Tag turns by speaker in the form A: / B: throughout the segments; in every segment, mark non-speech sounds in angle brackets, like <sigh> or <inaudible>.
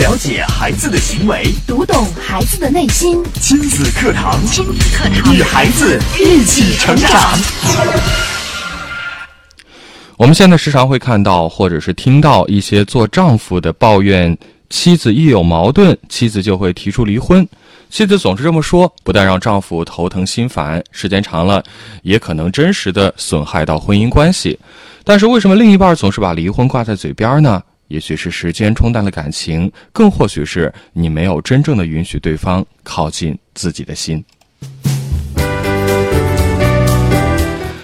A: 了解孩子的行为，
B: 读懂孩子的内心。
A: 亲子课堂，
B: 亲子课堂
A: 与孩子一起成长。
C: 我们现在时常会看到或者是听到一些做丈夫的抱怨，妻子一有矛盾，妻子就会提出离婚。妻子总是这么说，不但让丈夫头疼心烦，时间长了也可能真实的损害到婚姻关系。但是为什么另一半总是把离婚挂在嘴边呢？也许是时间冲淡了感情，更或许是你没有真正的允许对方靠近自己的心。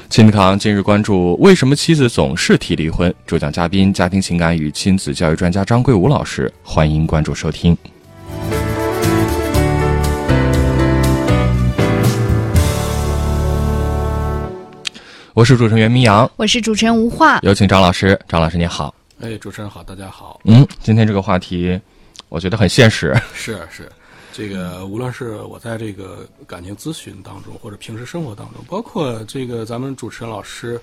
C: 亲子课堂今日关注：为什么妻子总是提离婚？主讲嘉宾：家庭情感与亲子教育专家张桂武老师。欢迎关注收听。我是主持人袁明阳，
D: 我是主持人吴化。
C: 有请张老师。张老师你好。
E: 哎，主持人好，大家好。
C: 嗯，今天这个话题，我觉得很现实。
E: 是是，这个
D: 嗯
E: 无论是我在这个感情咨询当中，或者平时生活当中，包括这个咱们主持人老师，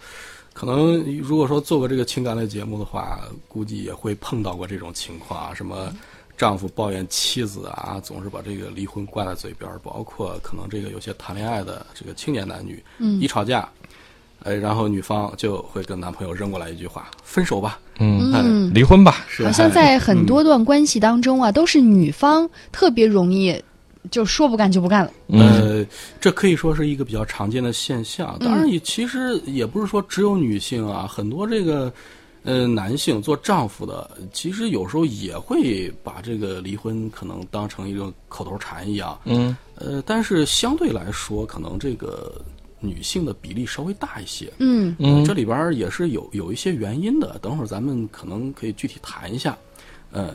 E: 可能如果说做过这个情感类节目的话，估计也会碰到过这种情况啊，什么
D: 嗯
E: 丈夫抱怨妻子啊，总是把这个离婚挂在嘴边儿，包括可能这个有些谈恋爱的这个青年男女，嗯，一吵架。哎，然后女方就会跟男朋友扔过来一句话：“分手吧。”
C: 嗯，
E: 嗯，
C: 离婚吧。
E: 是嗯
D: 好像在很多段关系当中啊，都是女方特别容易就说不干就不干了。
E: 呃，这可以说是一个比较常见的现象。当然，也其实也不是说只有女性啊，很多这个呃男性做丈夫的，其实有时候也会把这个离婚可能当成一种口头禅一样。
C: 嗯，
E: 呃，但是相对来说，可能这个女性的比例稍微大一些。
D: 嗯
E: 嗯，这里边儿也是有有一些原因的，等会儿咱们可能可以具体谈一下。嗯，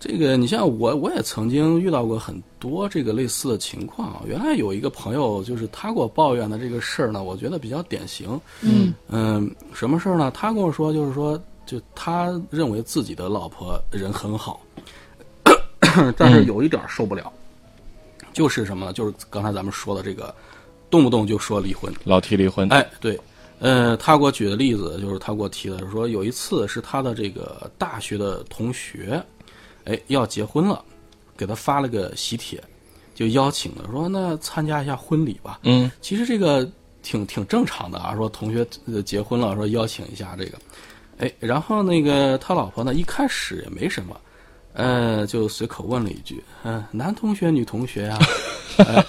E: 这个你像我，我也曾经遇到过很多这个类似的情况啊。原来有一个朋友，就是他给我抱怨的这个事儿呢，我觉得比较典型。
D: 嗯
E: 嗯，什么事儿呢？他跟我说，就是说，就他认为自己的老婆人很好， <coughs> 但是有一点儿受不了，就是什么呢？就是刚才咱们说的这个，动不动就说离婚。
C: 老提离婚。，
E: 哎，对，呃，他给我举的例子就是他给我提的，就是说有一次是他的这个大学的同学，哎，要结婚了，给他发了个喜帖，就邀请了，说那参加一下婚礼吧。
C: 嗯，
E: 其实这个挺挺正常的啊，说同学呃结婚了，说邀请一下这个，哎，然后那个他老婆呢一开始也没什么。呃，就随口问了一句，嗯、男同学、女同学呀、哎，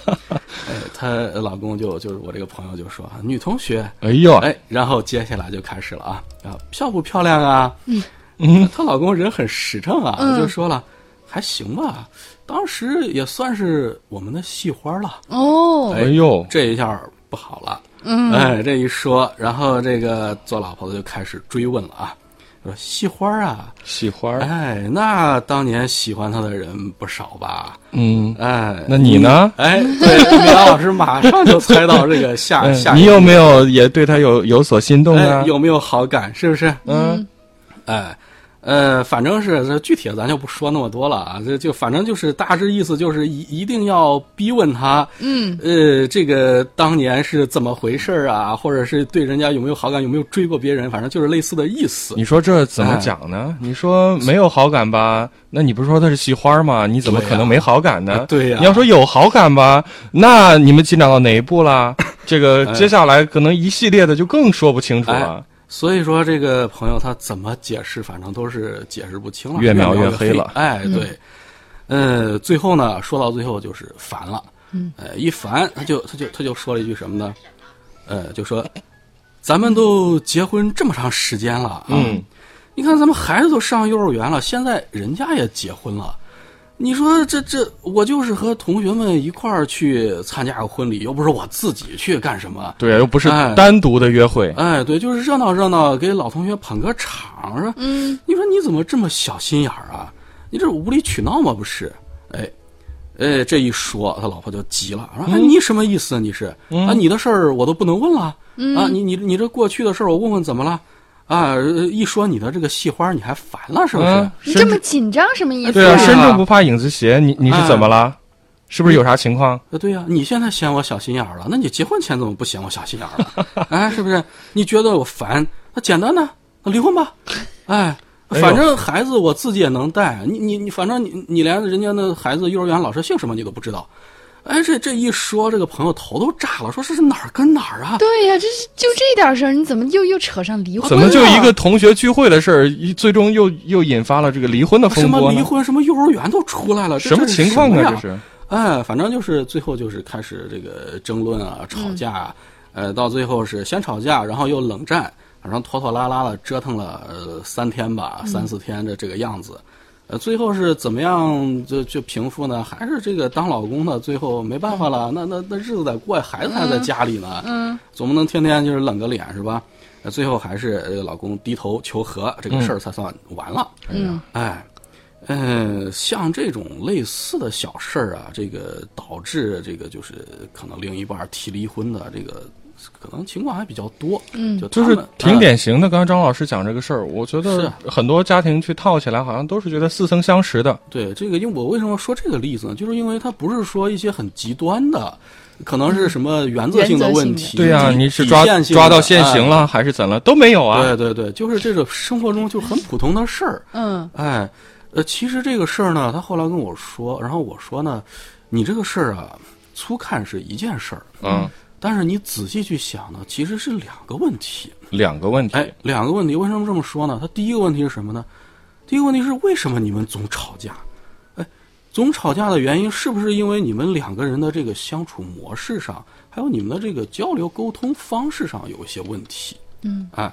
E: 她老公就就是我这个朋友就说，啊，女同学，
C: 哎呦，
E: 哎，然后接下来就开始了啊啊，漂不漂亮啊？
C: 嗯，
E: 她老公人很实诚啊，
D: 嗯
E: 就说了，还行吧，当时也算是我们的戏花了。
D: 哦
C: 哎呦，
E: 这一下不好了，
D: 嗯
E: 哎，这一说，然后这个做老婆的就开始追问了啊，说戏花啊，
C: 喜欢儿。
E: 哎，那当年喜欢她的人不少吧？
C: 嗯，
E: 哎，
C: 那你呢？
E: 哎，对，米老师马上就猜到这个下
C: 哎
E: 下一
C: 你
E: 个
C: 有没有也对他有有所心动
E: 哎
C: 呢？，
E: 有没有好感？是不是？
C: 嗯，
E: 哎，呃，反正是这具体的咱就不说那么多了啊，这就反正就是大致意思就是一一定要逼问他，
D: 嗯
E: 呃，这个当年是怎么回事儿啊，或者是对人家有没有好感，有没有追过别人，反正就是类似的意思。
C: 你说这怎么讲呢？
E: 哎
C: 你说没有好感吧？那你不是说他是喜欢儿吗？你怎么可能没好感呢？
E: 对呀
C: 你要说有好感吧，那你们进展到哪一步
E: <laughs>
C: 啦？这个
E: 哎
C: 接下来可能一系列的就更说不清楚了。
E: 所以说，这个朋友他怎么解释，反正都是解释不清了，
C: 越描
E: 描
C: 越黑
E: 黑
C: 了
E: 哎，对，呃，最后呢，说到最后就是烦了，嗯，呃，一烦他就他就他就说了一句什么呢？呃，就说咱们都结婚这么长时间了，啊
C: 嗯，
E: 你看咱们孩子都上幼儿园了，现在人家也结婚了。你说这这，我就是和同学们一块儿去参加个婚礼，又不是我自己去干什么。
C: 对，又不是
E: 哎
C: 单独的约会。
E: 哎，对，就是热闹热闹，给老同学捧个场儿。啊
D: 嗯
E: 你说你怎么这么小心眼儿啊？你这无理取闹吗？不是？哎，哎，这一说，他老婆就急了，说：“哎，你什么意思啊？你是、
C: 嗯
E: 啊，你的事儿我都不能问了、
D: 嗯
E: 啊！你你你这过去的事儿我问问怎么了？啊，呃一说你的这个戏花儿，你还烦了是不是？
C: 嗯，
D: 你
C: 深
D: 这
C: 圳
D: 么紧张什么意思？
C: 对啊，
E: 对啊
C: 身正不怕影子斜，你
E: 哎
C: 你是怎么了？是不是有啥情况？
E: 呃，对呀、你现在嫌我小心眼儿了，那你结婚前怎么不嫌我小心眼 <laughs> 儿了？哎，是不是？你觉得我烦，那简单呢，那离婚吧。哎，
C: 哎呦
E: 反正孩子我自己也能带，你你你，反正你你连人家那孩子幼儿园老师姓什么你都不知道，哎，这这一说，这个朋友头都炸了，说这是哪儿跟哪儿啊？
D: 对呀、这是就这点事儿，你怎么又又扯上离婚
C: 怎
D: 了？
C: 么就一个同学聚会的事儿，一最终又又引发了这个离婚的
E: 什
C: 风
E: 么
C: 波呢
E: 离？婚，什么幼儿园都出来了，这
C: 什么
E: 这
C: 情况
E: 什么
C: 啊？
E: 呀
C: 这是
E: 哎，反正就是最后就是开始这个争论啊、吵架啊，呃，到最后是先吵架，然后又冷战，反正拖拖拉拉的折腾了、呃、三天吧，三四天的这个样子。呃，最后是怎么样就就平复呢？还是这个当老公的，最后没办法了，那那那日子得过，孩子还在家里呢，嗯，总不能天天就是冷个脸是吧？呃最后还是这个老公低头求和，这个事儿才算完了。
D: 嗯，
E: 哎，呃，像这种类似的小事儿啊，这个导致这个就是可能另一半提离婚的这个可能情况还比较多。嗯，就他
C: 就
E: 们
C: 是挺、
E: 哎
C: 典型的。刚刚张老师讲这个事儿，我觉得
E: 是
C: 很多家庭去套起来，好像都是觉得似曾相识的。
E: 对这个，因为我为什么说这个例子呢？就是因为它不是说一些很极端的，可能是什么原则性
D: 原则
E: 的
D: 性
E: 问
D: 的
E: 题。
C: 对呀、
E: 底
C: 你是抓
E: 底线性的
C: 抓到现行
E: 哎
C: 了、还是怎了？都没有啊。
E: 对对对，就是这种生活中就很普通的事儿。
D: 嗯，
E: 哎，呃，其实这个事儿呢，他后来跟我说，然后我说呢，你这个事儿啊，粗看是一件事儿，
C: 嗯，
E: 但是你仔细去想呢，其实是两个问题。
C: 两个问题。
E: 哎，两个问题，为什么这么说呢？他第一个问题是什么呢？第一个问题是为什么你们总吵架？哎，总吵架的原因是不是因为你们两个人的这个相处模式上，还有你们的这个交流沟通方式上有一些问题？嗯，哎，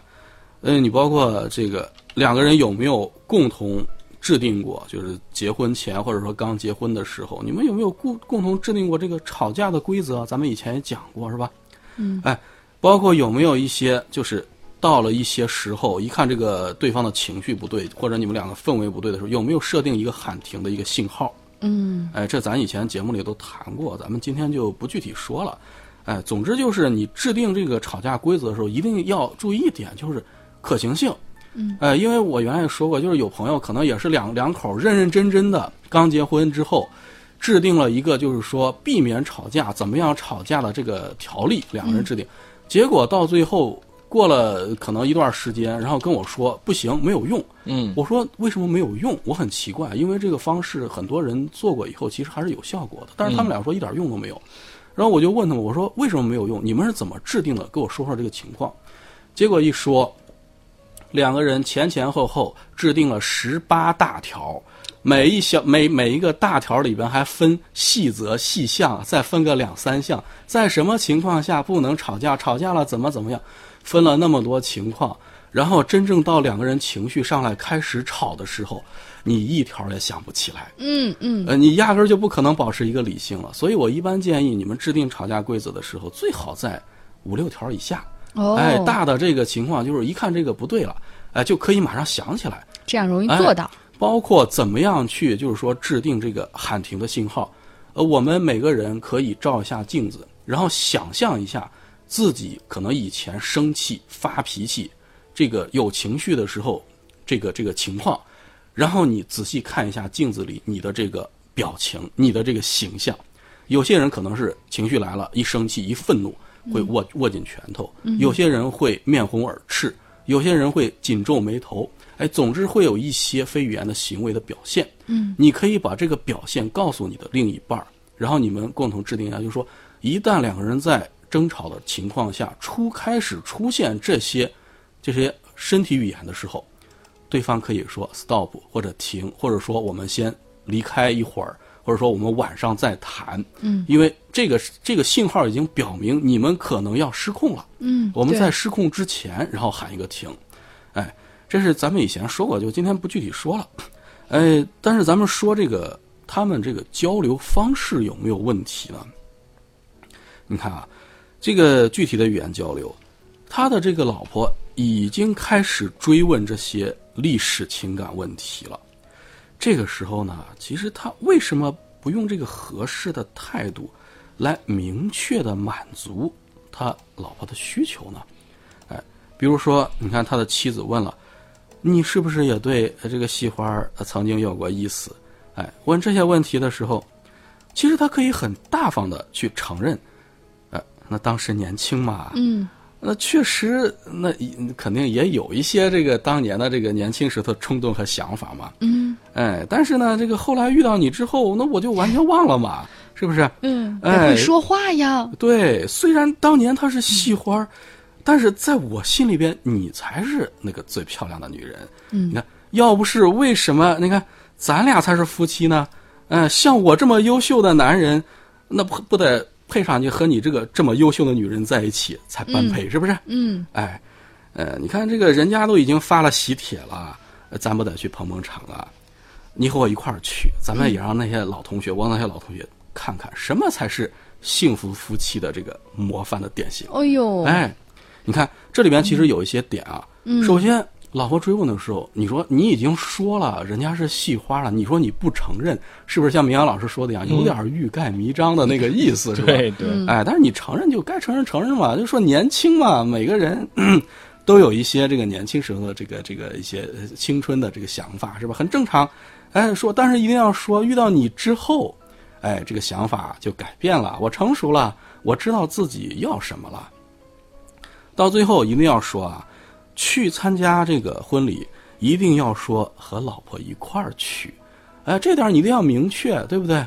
E: 呃，你包括这个两个人有没有共同制定过，就是结婚前或者说刚结婚的时候，你们有没有共共同制定过这个吵架的规则？咱们以前也讲过，是吧？嗯，哎，包括有没有一些就是到了一些时候，一看这个对方的情绪不对，或者你们两个氛围不对的时候，有没有设定一个喊停的一个信号？嗯，哎，这咱以前节目里都谈过，咱们今天就不具体说了。哎，总之就是你制定这个吵架规则的时候，一定要注意一点，就是可行性。嗯，哎，因为我原来也说过，就是有朋友可能也是两两口认认真真的，刚结婚之后，制定了一个就是说避免吵架、怎么样吵架的这个条例，两个人制定，结果到最后过了可能一段时间，然后跟我说不行，没有用。
C: 嗯，
E: 我说为什么没有用？我很奇怪，因为这个方式很多人做过以后，其实还是有效果的，但是他们俩说一点用都没有。然后我就问他们，我说为什么没有用？你们是怎么制定的？给我说说这个情况。结果一说，两个人前前后后制定了十八大条，每一小每每一个大条里边还分细则细项，再分个两三项，在什么情况下不能吵架？吵架了怎么怎么样？分了那么多情况，然后真正到两个人情绪上来开始吵的时候，你一条也想不起来。
D: 嗯嗯，
E: 呃，你压根儿就不可能保持一个理性了。所以我一般建议你们制定吵架规则的时候，最好在五六条以下。
D: 哦，
E: 哎，大的这个情况就是一看这个不对了，哎，就可以马上想起来。
D: 这样容易做到。
E: 包括怎么样去，就是说制定这个喊停的信号。呃，我们每个人可以照一下镜子，然后想象一下自己可能以前生气、发脾气，这个有情绪的时候，这个这个情况，然后你仔细看一下镜子里你的这个表情、你的这个形象。有些人可能是情绪来了，一生气、一愤怒会握握紧拳头；有些人会面红耳赤；有些人会紧皱眉头。哎，总之会有一些非语言的行为的表现。嗯，你可以把这个表现告诉你的另一半儿，然后你们共同制定一下，就是说，一旦两个人在争吵的情况下出开始出现这些这些身体语言的时候，对方可以说 stop 或者停，或者说我们先离开一会儿，或者说我们晚上再谈。嗯，因为这个这个信号已经表明你们可能要失控了。
D: 嗯，
E: 我们
D: 对
E: 在失控之前，然后喊一个停。哎，这是咱们以前说过，就今天不具体说了。哎，但是咱们说这个他们这个交流方式有没有问题呢？你看啊，这个具体的语言交流，他的这个老婆已经开始追问这些历史情感问题了。这个时候呢，其实他为什么不用这个合适的态度来明确的满足他老婆的需求呢？哎，比如说，你看他的妻子问了：“你是不是也对呃这个戏花儿呃曾经有过意思？”哎，问这些问题的时候，其实他可以很大方的去承认，呃，那当时年轻嘛，
D: 嗯，
E: 那确实，那一肯定也有一些这个当年的这个年轻时候的冲动和想法嘛。
D: 嗯
E: 哎，但是呢，这个后来遇到你之后，那我就完全忘了
D: <laughs>
E: 嘛，是不是？
D: 嗯，得
E: 哎
D: 会说话呀。
E: 对，虽然当年她是戏花儿，
D: 嗯
E: 但是在我心里边，你才是那个最漂亮的女人。
D: 嗯
E: 你看，要不是为什么？你看，咱俩才是夫妻呢。嗯、像我这么优秀的男人，那不不得配上你和你这个这么优秀的女人在一起才般配，是不是？
D: 嗯，
E: 哎，呃，你看这个人家都已经发了喜帖了，呃咱不得去捧捧场啊？你和我一块儿去，咱们也让那些老同学，我让那些老同学看看什么才是幸福夫妻的这个模范的典型。
D: 哎呦，
E: 哎，你看这里边其实有一些点啊。首先，老婆追问的时候，你说你已经说了人家是戏花了，你说你不承认，是不是像明阳老师说的一样，有点欲盖弥彰的那个意思，是吧？
C: 对对，
E: 哎，但是你承认就该承认承认嘛，就说年轻嘛，每个人嗯都有一些这个年轻时候的这个这个一些呃青春的这个想法是吧？很正常。哎，说但是一定要说遇到你之后，哎，这个想法就改变了，我成熟了，我知道自己要什么了。到最后一定要说啊，去参加这个婚礼一定要说和老婆一块儿去，哎，这点儿你一定要明确，对不对？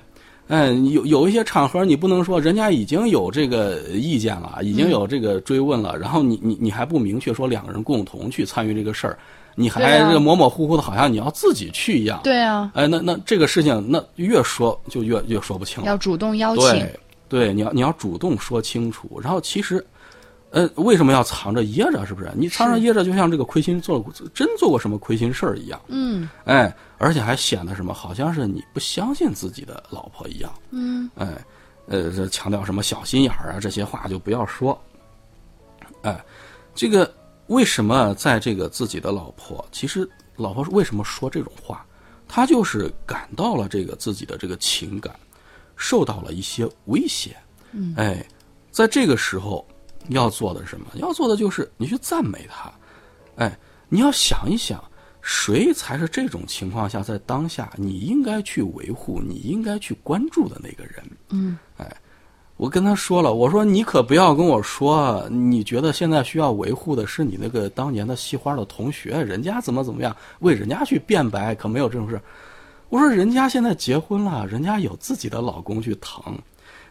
E: 嗯，有有一些场合你不能说人家已经有这个意见了，已经有这个追问了，然后你你你还不明确说两个人共同去参与这个事儿，你
D: 对
E: 还
D: 啊
E: 这个模模糊糊的，好像你要自己去一样。
D: 对啊，
E: 哎，那那这个事情，那越说就越越说不清了
D: 要。主动邀请
E: 嗯对，对，你要你要主动说清楚。然后其实，呃，为什么要藏着掖着？是不是？你藏着掖着，就像这个亏心做真做过什么亏心事儿一样。
D: 嗯
E: 哎，而且还显得什么，好像是你不相信自己的老婆一样。
D: 嗯
E: 哎，呃，这强调什么小心眼儿啊，这些话就不要说。哎，这个为什么在这个自己的老婆，其实老婆为什么说这种话，她就是感到了这个自己的这个情感受到了一些威胁。嗯，哎，在这个时候要做的是什么？要做的就是你去赞美她。哎，你要想一想，谁才是这种情况下在当下你应该去维护、你应该去关注的那个人？嗯，哎，我跟他说了，我说你可不要跟我说，你觉得现在需要维护的是你那个当年的戏花的同学，人家怎么怎么样，为人家去辩白，可没有这种事。我说人家现在结婚了，人家有自己的老公去疼。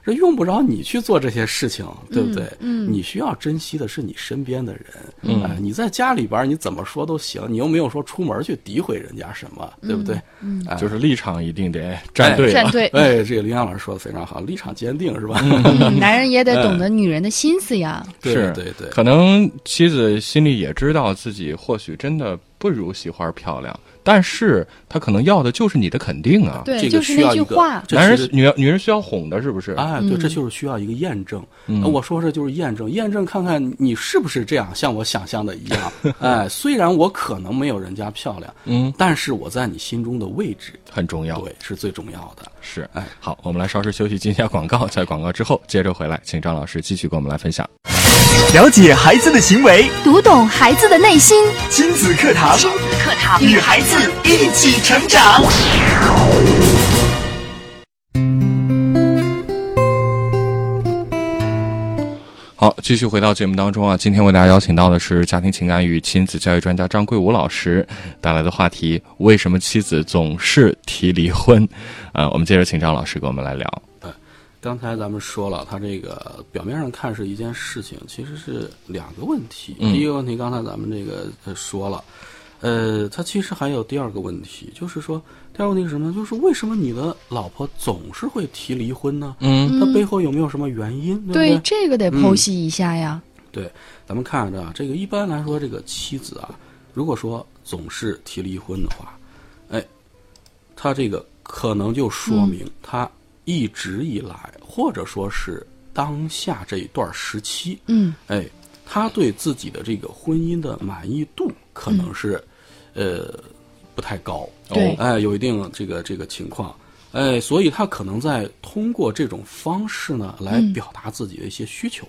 E: 这用不着你去做这些事情，对不对？嗯，你需要珍惜的是你身边的人。嗯、你在家里边儿你怎么说都行，你又没有说出门去诋毁人家什么，对不对？嗯，哎、
C: 就是立场一定得站队
D: 站
C: 了。
D: 队。
E: <laughs> 哎，这个林阳老师说的非常好，立场坚定是吧？ <laughs>
D: 嗯， <laughs> 男人也得懂
E: 哎
D: 得女人的心思呀。
E: 对
C: 是，
E: 对对
C: 可能妻子心里也知道自己或许真的不如喜花漂亮，但是她可能要的就是你的肯定啊。
D: 对，
E: 这
D: 就
E: 个
D: 是
E: 需要
D: 那
E: 一
D: 句
E: 个
D: 话，嗯
E: 这
C: 男
E: 其
C: 人
E: 实
C: 女人女人嗯需要哄的，是不是？
E: 哎，对，这就是需要一个验证。呃我说这就是验证，验证看看你是不是这样，像我想象的一
C: <laughs>
E: 样。哎，虽然我可能没有人家漂亮，
C: 嗯，
E: 但是我在你心中的位置，
C: 很重要。
E: 对，是最重要的。
C: 是，好，我们来稍事休息，进一下广告，在广告之后接着回来，请张老师继续跟我们来分享。
A: 了解孩子的行为，
B: 读懂孩子的内心。
A: 亲子课堂，
B: 亲子课堂，
A: 与孩子一起成长。
C: 好，继续回到节目当中啊，今天为大家邀请到的是家庭情感与亲子教育专家张桂武老师带来的话题：为什么妻子总是提离婚？呃，我们接着请张老师跟我们来聊。
E: 刚才咱们说了，它这个表面上看是一件事情，其实是两个问题。
C: 嗯
E: 第一个问题，刚才咱们这个呃说了，呃，它其实还有第二个问题，就是说，第二个问题是什么呢？就是为什么你的老婆总是会提离婚呢？
C: 嗯
E: 它背后有没有什么原因？对
D: 对
E: 不对？
D: 这个得剖析一下呀。
E: 对，咱们看着啊，这个一般来说，这个妻子啊，如果说总是提离婚的话，哎，她这个可能就说明她一直以来，或者说是当下这一段时期，
D: 嗯
E: 哎，她对自己的这个婚姻的满意度可能是，呃，不太高。
D: 嗯对
E: 哎，有一定这个这个情况，哎，所
D: 嗯
E: 以他可能在通过这种方式呢来表达自己的一些需求，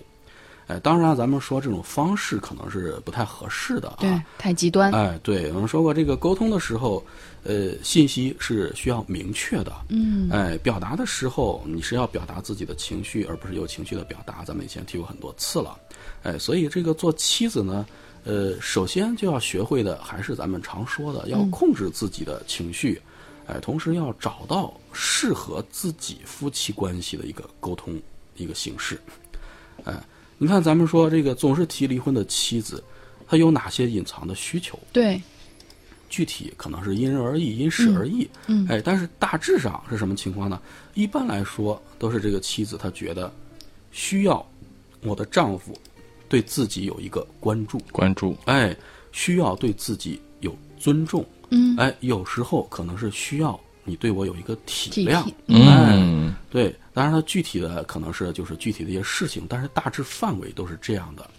E: 哎，当然咱们说这种方式可能是不太合适的啊。
D: 对，太极端，
E: 哎，对，我们说过这个沟通的时候，呃，信息是需要明确的。
D: 嗯，
E: 哎，表达的时候你是要表达自己的情绪，而不是有情绪的表达。咱们以前提过很多次了。哎，所以这个做妻子呢，呃，首先就要学会的还是咱们常说的，
D: 嗯
E: 要控制自己的情绪。哎，同时要找到适合自己夫妻关系的一个沟通一个形式。哎，你看咱们说这个总是提离婚的妻子，她有哪些隐藏的需求？
D: 对，
E: 具体可能是因人而异，因事而异。
D: 嗯
E: 哎，但是大致上是什么情况呢？一般来说，都是这个妻子她觉得需要我的丈夫对自己有一个关注，
C: 关注
E: 哎，需要对自己有尊重，
D: 嗯，
E: 哎，有时候可能是需要你对我有一个体
D: 体
E: 谅，
D: 体
C: 嗯，
E: 对，当然它具体的可能是就是具体的一些事情，但是大致范围都是这样的。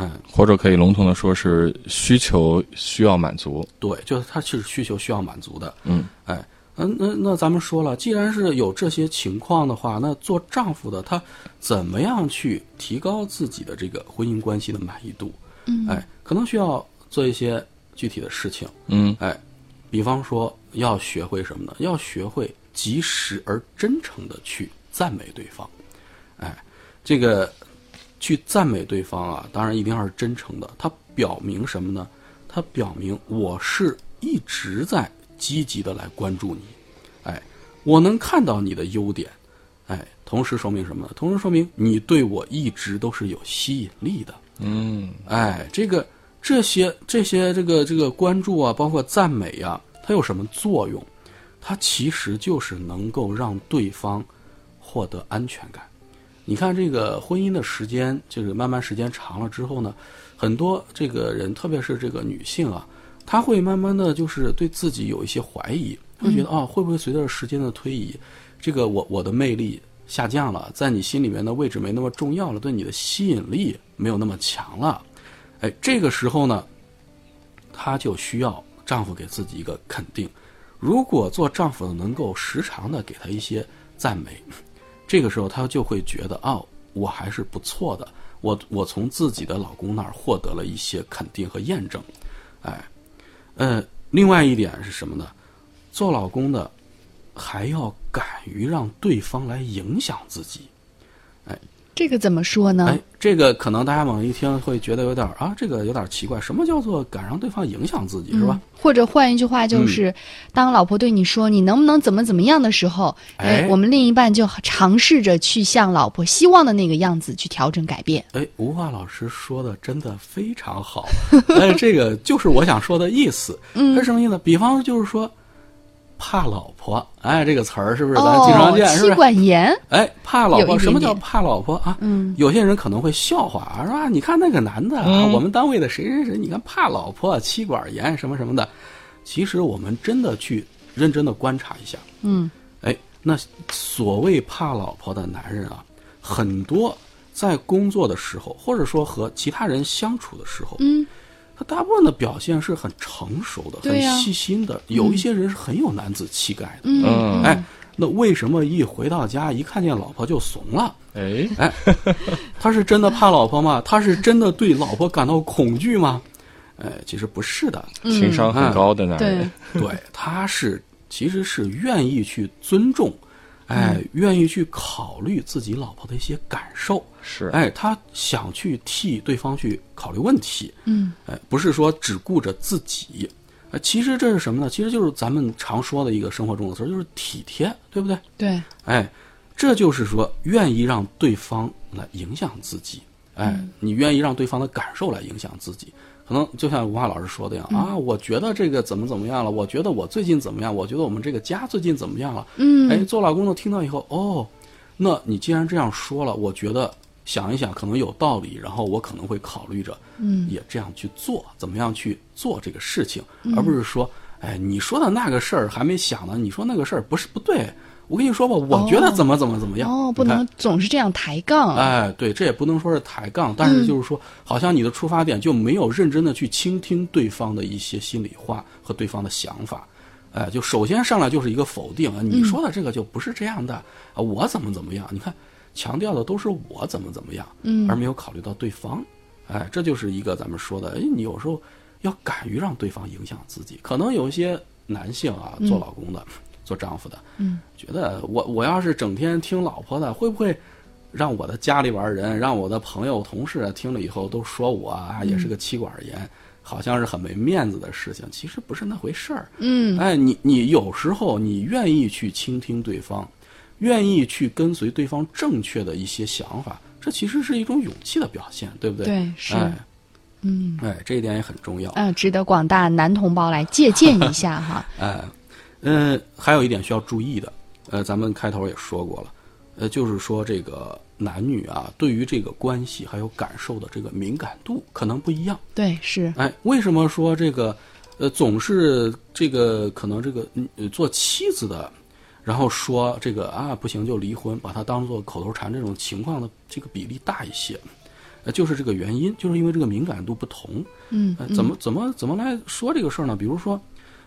E: 嗯，
C: 或者可以笼统的说是需求需要满足，
E: 对，就是他是需求需要满足的。
C: 嗯，
E: 哎，嗯，那那咱们说了，既然是有这些情况的话，那做丈夫的他怎么样去提高自己的这个婚姻关系的满意度？嗯，哎，可能需要做一些具体的事情。
C: 嗯，
E: 哎，比方说要学会什么呢？要学会及时而真诚的去赞美对方。哎，这个去赞美对方啊，当然一定要是真诚的。它表明什么呢？它表明我是一直在积极的来关注你，哎，我能看到你的优点，哎，同时说明什么呢？同时说明你对我一直都是有吸引力的，
C: 嗯，
E: 哎，这个这些这些这个这个关注啊，包括赞美呀、它有什么作用？它其实就是能够让对方获得安全感。你看这个婚姻的时间，就是慢慢时间长了之后呢，很多这个人，特别是这个女性啊，她会慢慢的就是对自己有一些怀疑，会觉得啊，会不会随着时间的推移，这个我我的魅力下降了，在你心里面的位置没那么重要了，对你的吸引力没有那么强了，哎，这个时候呢，她就需要丈夫给自己一个肯定。如果做丈夫的能够时常的给她一些赞美，这个时候她就会觉得哦，我还是不错的，我我从自己的老公那儿获得了一些肯定和验证，哎，呃，另外一点是什么呢？做老公的还要敢于让对方来影响自己，
D: 这个怎么说呢
E: 哎？，这个可能大家猛一听会觉得有点儿啊，这个有点儿奇怪，什么叫做敢让对方影响自己，是吧嗯
D: 嗯？？或者换一句话就是，当老婆对你说你能不能怎么怎么样的时候，
E: 哎
D: 哎，我们另一半就尝试着去向老婆希望的那个样子去调整改变。
E: 哎，吴化老师说的真的非常好，哎，这个就是我想说的意思。嗯，是什么意思？比方就是说，怕老婆，哎，这个词儿是不是咱经常
D: 哦
E: 见？，是
D: 妻
E: 不是？
D: 管严，
E: 哎，怕老
D: 有一
E: 婆，
D: 点
E: 什么叫
D: 点
E: 怕老婆啊？
D: 嗯，
E: 有些人可能会笑话啊，说啊，你看那个男的啊，我们单位的谁谁谁，你看怕老婆、妻管严什么什么的。其实我们真的去认真的观察一下，
D: 嗯，
E: 哎，那所谓怕老婆的男人啊，很多在工作的时候，或者说和其他人相处的时候，
D: 嗯，
E: 他大部分的表现是很成熟的、
D: 对
E: 很
D: 呀
E: 细心的，有一些人是很有男子气概的。
D: 嗯
C: 嗯
E: 哎，那为什么一回到家一看见老婆就怂了？
C: 哎，
E: 哎，他是真的怕老婆吗？他是真的对老婆感到恐惧吗？哎，其实不是
C: <laughs>
E: 的，
C: 情商很高的男人
D: 对，，
E: 对，他是其实是愿意去尊重，哎，
C: 嗯
E: 愿意去考虑自己老婆的一些感受，
C: 是，
E: 哎，他想去替对方去考虑问题，
D: 嗯，
E: 哎，不是说只顾着自己，哎，其实这是什么呢？其实就是咱们常说的一个生活中的词儿，就是体贴，对不对？
D: 对，
E: 哎，这就是说愿意让对方来影响自己，哎，
D: 嗯
E: 你愿意让对方的感受来影响自己。可能就像吴华老师说的一样、
D: 嗯
E: 啊，我觉得这个怎么怎么样了，我觉得我最近怎么样，我觉得我们这个家最近怎么样了。
D: 嗯
E: 哎，做老公的听到以后，哦，那你既然这样说了，我觉得想一想可能有道理，然后我可能会考虑着，嗯，也这样去做，怎么样去做这个事情，
D: 嗯
E: 而不是说，哎，你说的那个事儿还没想呢，你说那个事儿不是不对，我跟你说吧，我觉得怎么怎么怎么样，哎
D: 哦，
E: 你
D: 不
E: 看
D: 能总是这样抬杠，啊
E: 哎，对，这也不能说是抬杠，但是就是说，好像你的出发点就没有认真的去倾听对方的一些心里话和对方的想法，哎，就首先上来就是一个否定啊，你说的这个就不是这样的啊，我怎么怎么样？你看，强调的都是我怎么怎么样，
D: 嗯
E: 而没有考虑到对方。哎，这就是一个咱们说的，哎，你有时候要敢于让对方影响自己。可能有一些男性啊，做老公的、做丈夫的，
D: 嗯，
E: 觉得我我要是整天听老婆的，会不会让我的家里边儿人，让我的朋友、同事啊听了以后都说我啊也
D: 嗯
E: 是个妻管严，好像是很没面子的事情。其实不是那回事儿。
D: 嗯
E: 哎，你你有时候你愿意去倾听对方，愿意去跟随对方正确的一些想法，这其实是一种勇气的表现，对不对？
D: 对是
E: 哎
D: 嗯
E: 哎，这一点也很重要。
D: 啊，值得广大男同胞来借鉴一下
E: <laughs>
D: 哈。
E: 哎，嗯，还有一点需要注意的，呃，咱们开头也说过了，呃，就是说这个男女啊，对于这个关系还有感受的这个敏感度可能不一样。
D: 对，是
E: 哎，为什么说这个，呃，总是这个可能这个嗯呃做妻子的，然后说这个啊不行就离婚，把它当做口头禅这种情况的这个比例大一些，呃，就是这个原因，就是因为这个敏感度不同。
D: 嗯
E: 呃，怎么怎么怎么来说这个事儿呢？比如说，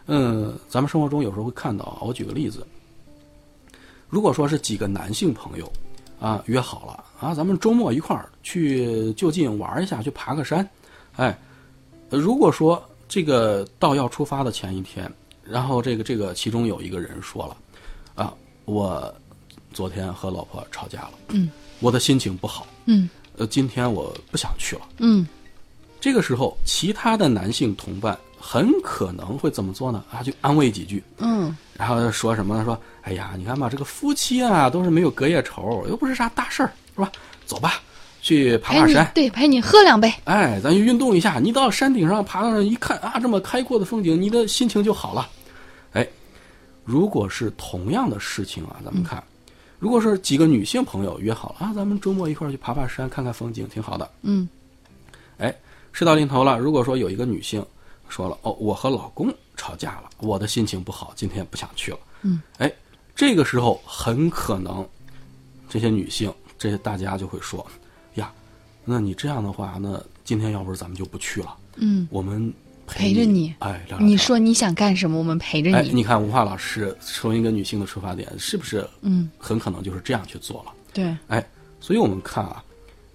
E: 嗯，咱们生活中有时候会看到啊，我举个例子，如果说是几个男性朋友啊约好了啊，咱们周末一块儿去就近玩一下，去爬个山，哎，呃如果说这个到要出发的前一天，然后这个这个其中有一个人说了啊，我昨天和老婆吵架了，
D: 嗯，
E: 我的心情不好，
D: 嗯
E: 呃，今天我不想去了。
D: 嗯
E: 这个时候，其他的男性同伴很可能会怎么做呢？啊，就安慰几句，
D: 嗯
E: 然后说什么呢？说，哎呀，你看吧，这个夫妻啊，都是没有隔夜仇，又不是啥大事儿，是吧？走吧，去爬
D: 陪
E: 爬
D: 哎你
E: 山，
D: 对陪你喝两杯，
E: 哎，咱去运动一下。你到山顶上爬上一看啊，这么开阔的风景，你的心情就好了。哎，如果是同样的事情啊，咱们看，如果是几个女性朋友约好了啊，咱们周末一块儿去爬爬山，看看风景，挺好的。
D: 嗯
E: 哎，事到临头了，如果说有一个女性说了，哦，我和老公吵架了，我的心情不好，今天也不想去了。
D: 嗯，
E: 哎，这个时候很可能这些女性，这些大家就会说，呀，那你这样的话，那今天要不是咱们就不去了，
D: 嗯，
E: 我们
D: 陪着
E: 你
D: 你，
E: 哎，聊聊
D: 你
E: 天
D: 说你想干什么，我们陪着
E: 哎，
D: 你。
E: 你看文化老师从一个女性的出发点，是不是
D: 嗯，
E: 很可能就是这样去做了？
D: 对，
E: 哎，所以我们看啊，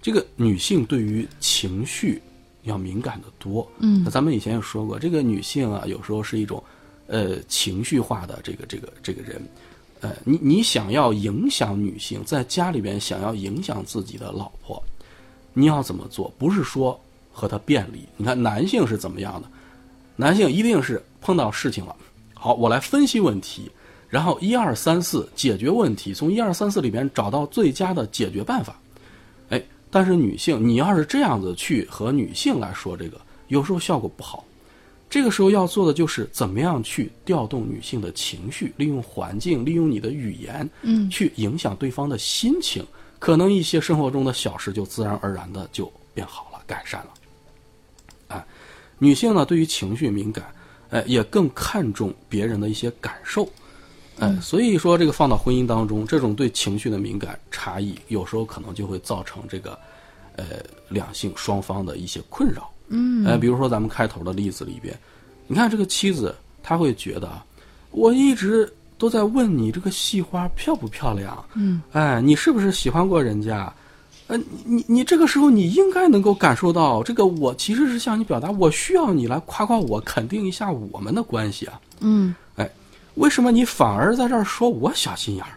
E: 这个女性对于情绪要敏感的多。
D: 嗯
E: 那咱们以前也说过，这个女性啊，有时候是一种呃情绪化的这个这个这个人。呃，你你想要影响女性，在家里边想要影响自己的老婆，你要怎么做？不是说和她辩理。你看男性是怎么样的？男性一定是碰到事情了，好，我来分析问题，然后一二三四解决问题，从一二三四里边找到最佳的解决办法。哎，但是女性，你要是这样子去和女性来说这个，有时候效果不好。这个时候要做的就是怎么样去调动女性的情绪，利用环境，利用你的语言，
D: 嗯
E: 去影响对方的心情，可能一些生活中的小事就自然而然的就变好了，改善了。啊女性呢，对于情绪敏感，呃，也更看重别人的一些感受，哎、所以说这个放到婚姻当中，这种对情绪的敏感差异，有时候可能就会造成这个，呃，两性双方的一些困扰。嗯，呃，比如说咱们开头的例子里边，你看这个妻子，她会觉得啊，我一直都在问你这个细花漂不漂亮，嗯，哎，你是不是喜欢过人家？呃，你你你这个时候你应该能够感受到，这个我其实是向你表达，我需要你来夸夸我，肯定一下我们的关系啊。
D: 嗯
E: 哎，为什么你反而在这儿说我小心眼儿？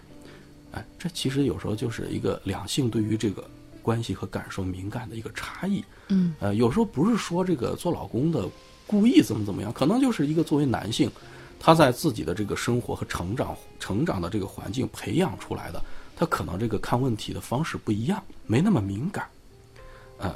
E: 哎，这其实有时候就是一个两性对于这个关系和感受敏感的一个差异。
D: 嗯，
E: 呃，有时候不是说这个做老公的故意怎么怎么样，可能就是一个作为男性，他在自己的这个生活和成长成长的这个环境培养出来的，他可能这个看问题的方式不一样，没那么敏感，啊、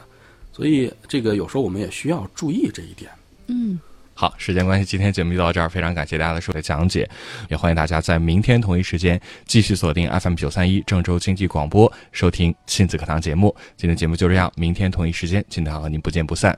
E: 所以这个有时候我们也需要注意这一点。
D: 嗯，
C: 好，时间关系，今天节目就到这儿，非常感谢大家的收听讲解，也欢迎大家在明天同一时间继续锁定 FM 九三一郑州经济广播收听亲子课堂节目。今天节目就这样，明天同一时间，金涛和您不见不散，